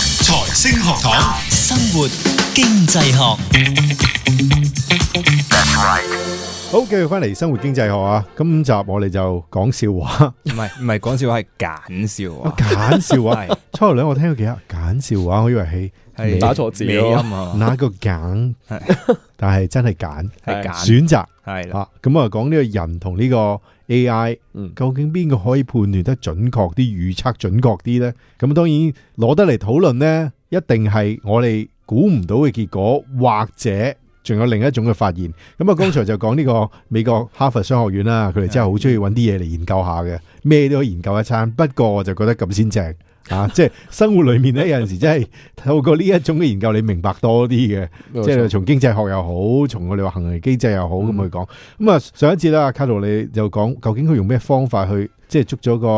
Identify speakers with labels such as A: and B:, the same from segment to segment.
A: 星學堂，
B: 生活經濟學。
C: 好，繼續翻嚟生活經濟學啊！今集我哋就講笑話，
D: 唔係唔係講笑話，係揀笑話，
C: 揀笑話。
D: 係
C: 初頭兩我聽咗幾下揀笑話，我以為係
D: 係
E: 打錯字
D: 尾
E: 咯
D: 音啊，
C: 哪個揀
D: 係，
C: 但係真係揀
D: 係揀
C: 選擇
D: 係啦，
C: 啊！咁啊，講呢個人同呢個 AI，
E: 嗯
C: 究竟邊個可以判斷得準確啲、預測準確啲呢？咁當然攞得嚟討論呢，一定係我哋估唔到嘅結果，或者。仲有另一種嘅發現，咁啊，剛才就講呢個美國哈佛商學院啦，佢哋真係好中意揾啲嘢嚟研究下嘅，咩都可以研究一餐。不過我就覺得咁先正啊，即係生活裏面呢，有陣時真係透過呢一種嘅研究，你明白多啲嘅。即係從經濟學又好，從我哋話行為經濟又好咁
D: 嗯
C: 去講。咁啊、上一次啦，卡路里就講究竟佢用咩方法去即係捉咗個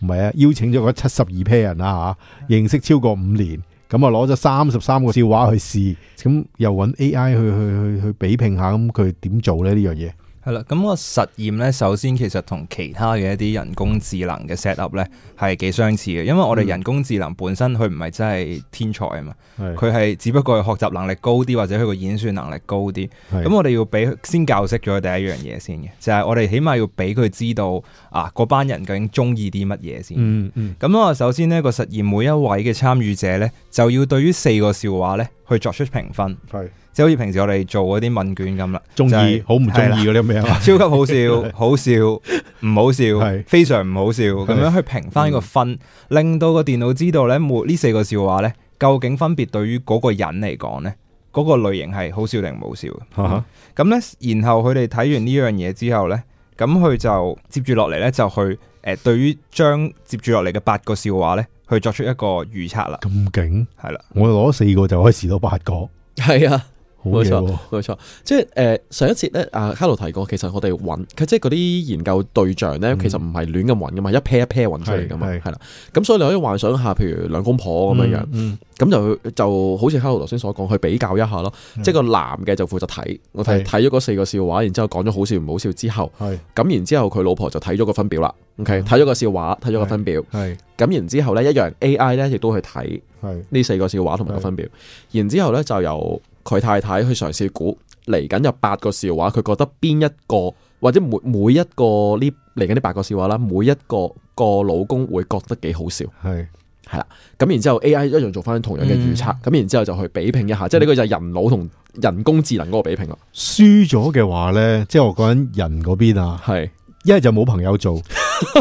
C: 唔係啊，邀請咗個七十二 pair 人啦嚇，認識超過五年，咁啊攞咗三十三個笑話去試，咁又揾 AI 去去去去比拼下，咁佢點做咧呢樣嘢？
D: 係啦。咁個實驗咧，首先其實同其他嘅一啲人工智能嘅 set up 咧係幾相似嘅，因為我哋人工智能本身佢唔係真係天才啊嘛，佢係只不過係學習能力高啲，或者佢個演算能力高啲。咁
C: 咁
D: 我哋要俾佢先教識咗佢第一樣嘢先嘅，就係、我哋起碼要俾佢知道啊，嗰班人究竟中意啲乜嘢先。
C: 嗯嗯
D: 咁啊，首先呢個實驗每一位嘅參與者呢，就要對於四個笑話呢去作出評分，
C: 係
D: 即係好似平時我哋做嗰啲問卷咁啦，
C: 中
D: 就
C: 意
D: 係
C: 好唔中意
D: 係啦
C: 嗰啲 咩啊？
D: 超級好笑、好笑、唔好笑
C: 係、
D: 非常唔好笑，咁樣去評翻個分，令到個電腦知道呢每呢四個笑話呢，究竟分別對於嗰個人嚟講呢，嗰、個類型係好笑定唔好笑嘅。
C: 嚇
D: 咁咧，然後佢哋睇完呢樣嘢之後咧，咁佢就接住落嚟咧，就去誒、呃、對於將接住落嚟嘅八個笑話咧，去作出一個預測啦，
C: 咁勁！
D: 係啦，
C: 我攞四個就可以試到八個，
E: 係啊，
C: 好
E: 冇
C: 嘢
E: 錯
C: 喎！
E: 冇錯，即係誒上一節咧，阿卡路提過，其實我哋揾佢即係嗰啲研究對象咧，
C: 嗯
E: 其實唔係亂咁揾噶嘛，一 pair 一 pair 揾出嚟噶嘛，
C: 係係
E: 係啦。咁所以你可以幻想下，譬如兩公婆咁樣樣，
C: 嗯，
E: 咁就就好似卡路頭先所講，去比較一下咯。
C: 嗯
E: 即係個男嘅就負責睇，我
C: 係
E: 睇睇咗嗰四個笑話，然之後講咗好笑唔好笑之後，
C: 係
E: 咁然之後佢老婆就睇咗個分表啦。OK，睇咗個笑話，睇咗個分表，
C: 嗯係
E: 咁然之後咧一樣 AI 咧亦都去睇。
C: 係
E: 呢四個笑話同埋個分表，然之後咧就由佢太太去嘗試估嚟緊有八個笑話，佢覺得邊一個或者每每一個呢嚟緊呢八個笑話啦，每一個個老公會覺得幾好笑，
C: 係
E: 係啦。咁然之後 A.I. 一樣做翻同樣嘅預
C: 嗯
E: 測，咁、然之後就去比拼一下，即係呢個就係人腦同人工智能嗰個比拼啦。
C: 輸咗嘅話咧，即係我講緊人嗰邊啊，
E: 係
C: 一係就冇朋友做，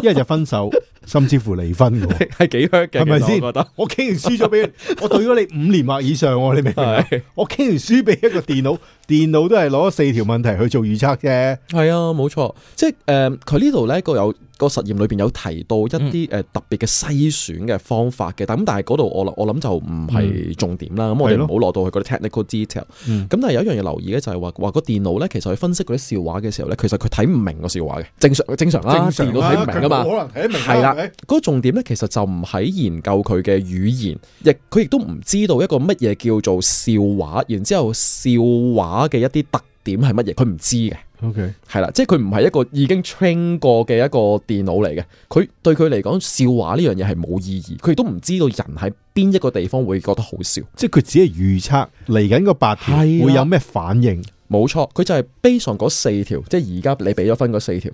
C: 一係就分手，甚至乎離婚 嘅。
E: 係幾 hurt 嘅，
C: 係咪先
E: 其實我覺得
C: 我竟然輸咗俾我對咗你五年或以上喎，你明唔明啊？
E: 係
C: 我竟然輸俾一個電腦，電腦都係攞四條問題去做預測啫。
E: 係啊，冇錯，即係誒，佢呢度咧個有個實驗裏邊有提到一啲誒特別嘅篩選嘅方法嘅，咁但係嗰度我諗我諗就唔嗯係重點啦，咁、我
C: 係
E: 哋唔
C: 咯
E: 好落到去嗰啲 technical detail。咁、
C: 嗯
E: 但係有一樣嘢留意咧，就係話話個電腦咧，其實佢分析嗰啲笑話嘅時候咧，其實佢睇唔明個笑話嘅，正常正常啦，啊電
C: 嗯
E: 腦睇唔明噶嘛。
C: 啊可能睇得明
E: 係啦，嗰個重點咧，其實就唔喺研究佢嘅語言，亦佢亦都唔知道一個乜嘢叫做笑話，然之後笑話嘅一啲特點係乜嘢，佢唔知嘅。
C: OK，
E: 係啦，即係佢唔係一個已經 train 過嘅一個電腦嚟嘅，佢對佢嚟講笑話呢樣嘢係冇意義，佢亦都唔知道人喺邊一個地方會覺得好笑。
C: 即係佢只係預測嚟緊個八條
E: 係啦
C: 會有咩反應。
E: 冇錯，佢就係 base 上嗰四條，即係而家你俾咗分嗰四條，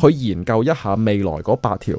E: 去研究一下未來嗰八條，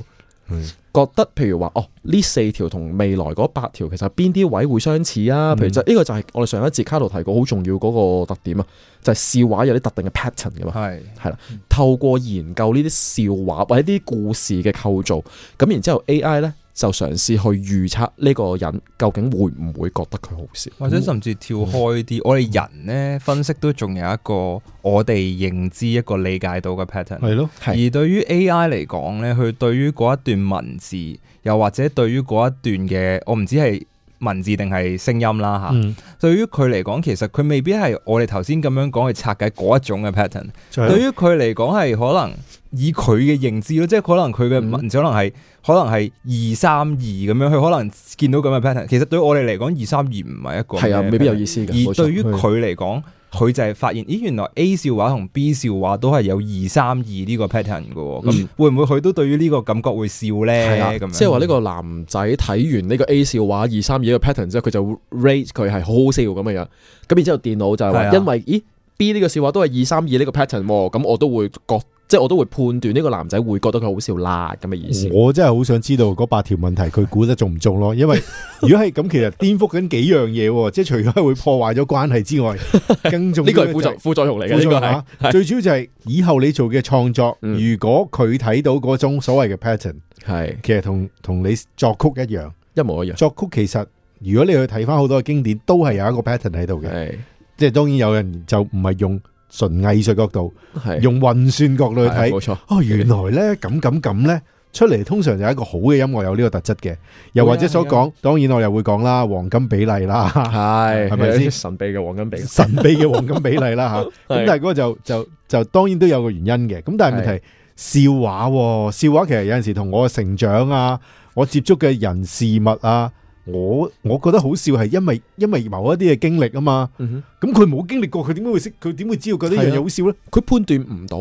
C: 嗯
E: 覺得譬如話哦，呢四條同未來嗰八條其實邊啲位會相似啊？譬如就呢個就係我哋上一節卡度提過好重要嗰個特點啊，就係、笑話有啲特定嘅 pattern 噶嘛。
D: 係
E: 係啦，透過研究呢啲笑話或者啲故事嘅構造，咁然之後 AI 咧就嘗試去預測呢個人究竟會唔會覺得佢好笑，
D: 或者甚至跳開啲，我哋人呢分析都仲有一個我哋認知一個理解到嘅 pattern。
C: 係咯，
D: 而對於 AI 嚟講呢，佢對於嗰一段文字，又或者對於嗰一段嘅，我唔知係文字定係聲音啦嚇。
C: 嗯，
D: 對於佢嚟講，其實佢未必係我哋頭先咁樣講去拆解嗰一種嘅 pattern。
C: 就係
D: 對於佢嚟講係可能以佢嘅認知咯，即係可能佢
E: 嗯
D: 嘅文字可能係、可能係二三二咁樣，佢可能見到咁嘅 pattern。其實對我哋嚟講，二三二唔係一個
E: 係啊，
D: 咩
E: 未必有
D: pattern
E: 意思嘅。冇
D: 而
E: 錯
D: 對於佢嚟講，佢就係發現，咦，原來 A 笑話同 B 笑話都係有二三二呢個 pattern 嘅喎，咁、
E: 嗯
D: 會唔會佢都對於呢個感覺會笑
E: 係啦
D: 咧？咁樣
E: 即係話呢個男仔睇完呢個 A 笑話二三二嘅 pattern 之後，佢就 rate 佢係好好笑咁樣樣。咁然之後電腦就係
D: 係
E: 話，
D: 啊
E: 因為咦 B 呢個笑話都係二三二呢個 pattern，喎咁我都會覺，即係我都會判斷呢個男仔會覺得佢好笑啦咁嘅意
D: 哦
E: 思。
C: 我真係好想知道嗰八條問題佢估得中唔中咯，因為 如果係咁，其實顛覆緊幾樣嘢喎，即係除咗係會破壞咗關係之 外，更重
E: 呢個係
C: 要
E: 副
C: 就
E: 作
C: 係
E: 副作用嚟嘅，
C: 副
E: 呢
C: 作
E: 個
C: 用
E: 係
C: 啊最主要就係以後你做嘅創作，
E: 嗯
C: 如果佢睇到嗰種所謂嘅 pattern，
E: 係
C: 其實同同你作曲一樣，
E: 一模一樣。
C: 作曲其實如果你去睇翻好多嘅經典，都係有一個 pattern 喺度嘅，
E: 係
C: 即係當然有人就唔係用純藝術角度，
E: 係
C: 用運算角度去睇
E: 係。冇錯。
C: 哦，原來咧咁咁咁咧，出嚟通常就係一個好嘅音樂有呢個特質嘅，又或者所講，當然我又會講啦，黃金比例 啦，
E: 係
C: 係咪先
E: 有啲神秘嘅黃金比例？
C: 神秘嘅黃金比例啦吓，咁
E: 係
C: 但係嗰個就就就當然都有個原因嘅，咁但係問題笑話喎，笑話其實有陣時同我嘅成長啊，我接觸嘅人事物啊。我我覺得好笑係因為因為某一啲嘅經歷啊嘛，
E: 嗯哼
C: 咁佢冇經歷過，佢點解會識？佢點會知道覺得呢樣嘢好笑咧？
E: 佢判斷唔到，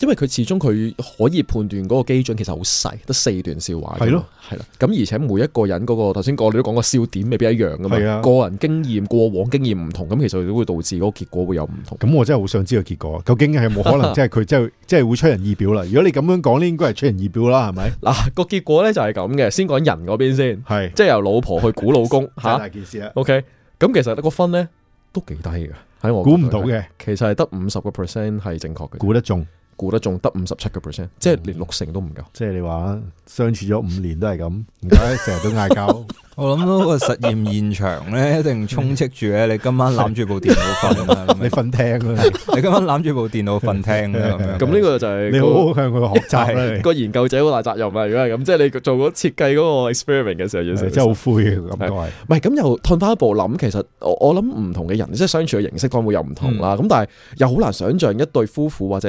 E: 因為佢始終佢可以判斷嗰個基準其實好細，得四段笑話。
C: 係咯，
E: 係啦。咁而且每一個人嗰、個頭先我哋都講過笑點未必一樣噶嘛
C: 係啊，
E: 個人經驗、過往經驗唔同，咁其實都會導致嗰個結果會有唔同。
C: 咁我真係好想知道結果，究竟係有冇 可能即係佢真係真係會出人意表啦？如果你咁樣講咧，應該係出人意表啦，係咪？
E: 嗱、 個結果咧就係咁嘅，先講人嗰邊先，
C: 係
E: 即係由老婆去估老 公
C: 真係
E: 吓
C: 大。件事啊啦，
E: OK，咁其實個分咧都幾低嘅，喺我
C: 估
E: 角
C: 唔
E: 度
C: 到
E: 睇，
C: 嘅，
E: 其實係得五十個 percent 係正確嘅，
C: 估得中，
E: 估得中得五十七個 percent，即係連六成都唔夠。
C: 即係你話啊相處咗五年都係咁，唔解成日都嗌 交，
D: 我諗到個實驗現場咧，一定充斥住哎咧，你今晚攬住部電腦瞓 啊，
C: 你
D: 咁樣
C: 瞓廳啦，
D: 你今晚攬住部電腦瞓廳啊咁樣。
E: 嗯咁呢個就係
C: 你
E: 個
C: 好好向佢學 習啦，
E: 個研究者好大責任啊！如果係咁，即係你做嗰設計嗰個 experiment 嘅時候，
C: 你
E: 要
C: 真係好嗯灰嘅感覺係。
E: 唔係啊咁又褪翻一步諗，其實我我諗唔同嘅人，即係相處嘅形式當然會有唔同啦。咁、
C: 嗯
E: 但係又好難想像一對夫婦或者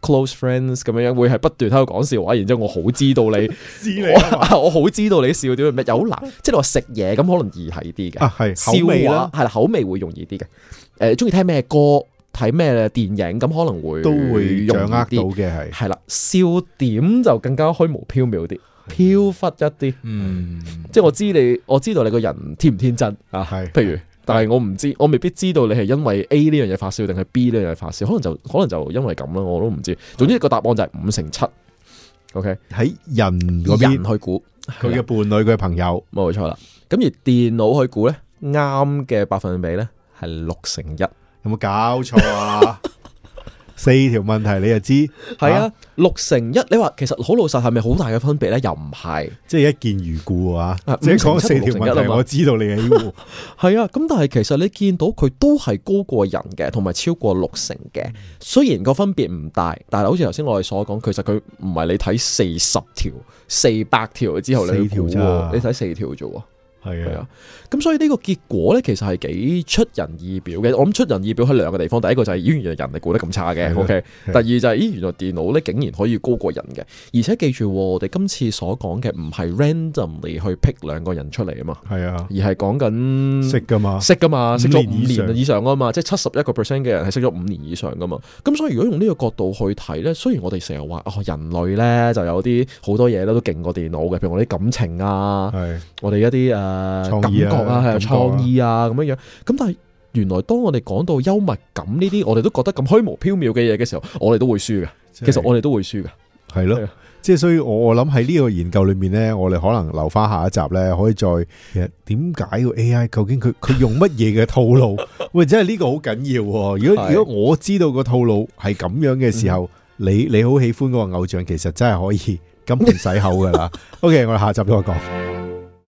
E: close friends 咁樣樣會係不斷喺度講笑話，然之後我好知道你，
C: 知
E: 我好知道你笑點係咩，又好難。即係你話食嘢咁可能易睇啲嘅，
C: 啊，係口味
E: 笑
C: 啦
E: 話，係啦，口味會容易啲嘅。誒，中意聽咩歌，睇咩電影咁可能會
C: 都會
E: 容
C: 掌
E: 易
C: 握到
E: 啲。
C: 嘅係。
E: 係啦，笑點就更加虛無縹緲啲，飄忽一啲。
D: 嗯，
E: 即係我知你，我知道你個人天唔天真啊，
C: 係
E: 譬如，但係我唔知，我未必知道你係因為 A 呢樣嘢發燒定係 B 呢樣嘢發燒，可能就可能就因為咁啦，我都唔知。總之個答案就係五成七。OK，
C: 喺人嗰邊，
E: 人啊去估
C: 佢嘅伴侶、佢嘅朋友，
E: 冇錯啦。咁而電腦去估咧，啱嘅百分比咧係六成一。
C: 有冇搞錯啊？ 四條問題你就知，
E: 係啊，六成一。你話其實好老實係咪好大嘅分別咧？又唔係。
C: 即係一見如故啊！
E: 啊
C: 即係講
E: 五成
C: 四
E: 七
C: 條
E: 六成
C: 問
E: 一啊
C: 題，
E: 嘛
C: 我知道你嘅喜惡。
E: 係啊，咁但係其實你見到佢都係高過人嘅，同埋超過六成嘅。雖然個分別唔大，但係好似頭先我哋所講，其實佢唔係你睇四十條、四百條之後你去估
C: 四條咋
E: 喎，你睇四條啫喎。
C: 係
E: 係啊
C: 啊，，
E: 咁所以呢個結果咧，其實係幾出人意表嘅。我諗出人意表喺兩個地方，第一個就係咦原來人哋估得咁差
C: 係
E: 嘅
C: 咯
E: ，OK。
C: 係
E: 第二就係咦原來電腦咧竟然可以高過人嘅，而且記住喎我哋今次所講嘅唔係 randomly 去 pick 兩個人出嚟啊嘛，
C: 係啊，
E: 而係講緊
C: 識噶嘛，
E: 識噶嘛，識咗
C: 啊五年以
E: 五
C: 上
E: 年以上啊嘛，即係七十一個 percent 嘅人係識咗五年以上噶嘛。咁所以如果用呢個角度去睇咧，雖然我哋成日話哦人類咧就有啲好多嘢咧都勁過電腦嘅，譬如我哋啲感情啊，
C: 係
E: 我哋一啲誒、呃
C: 創
E: 感
C: 意
E: 覺
C: 啊
E: 啊，係
C: 感
E: 啊
C: 覺啊
E: 創意啊咁樣樣。咁但係原來當我哋講到幽默感呢啲，我哋都覺得咁虛無縹緲嘅嘢嘅時候，我哋都會輸嘅。
C: 即係
E: 其實我哋都會輸嘅。
C: 係咯
E: 係啊，
C: 即係所以我我諗喺呢個研究裏面咧，我哋可能留翻下一集咧，可以再其實點解個 AI 究竟佢佢用乜嘢嘅套 路？喂，真係呢個好緊要喎！如果
E: 係嗯
C: 如果我知道個套路係咁樣嘅時候，你你好喜歡嗰個偶像，其實真係可以金盆洗口噶啦。OK，我哋下集再講。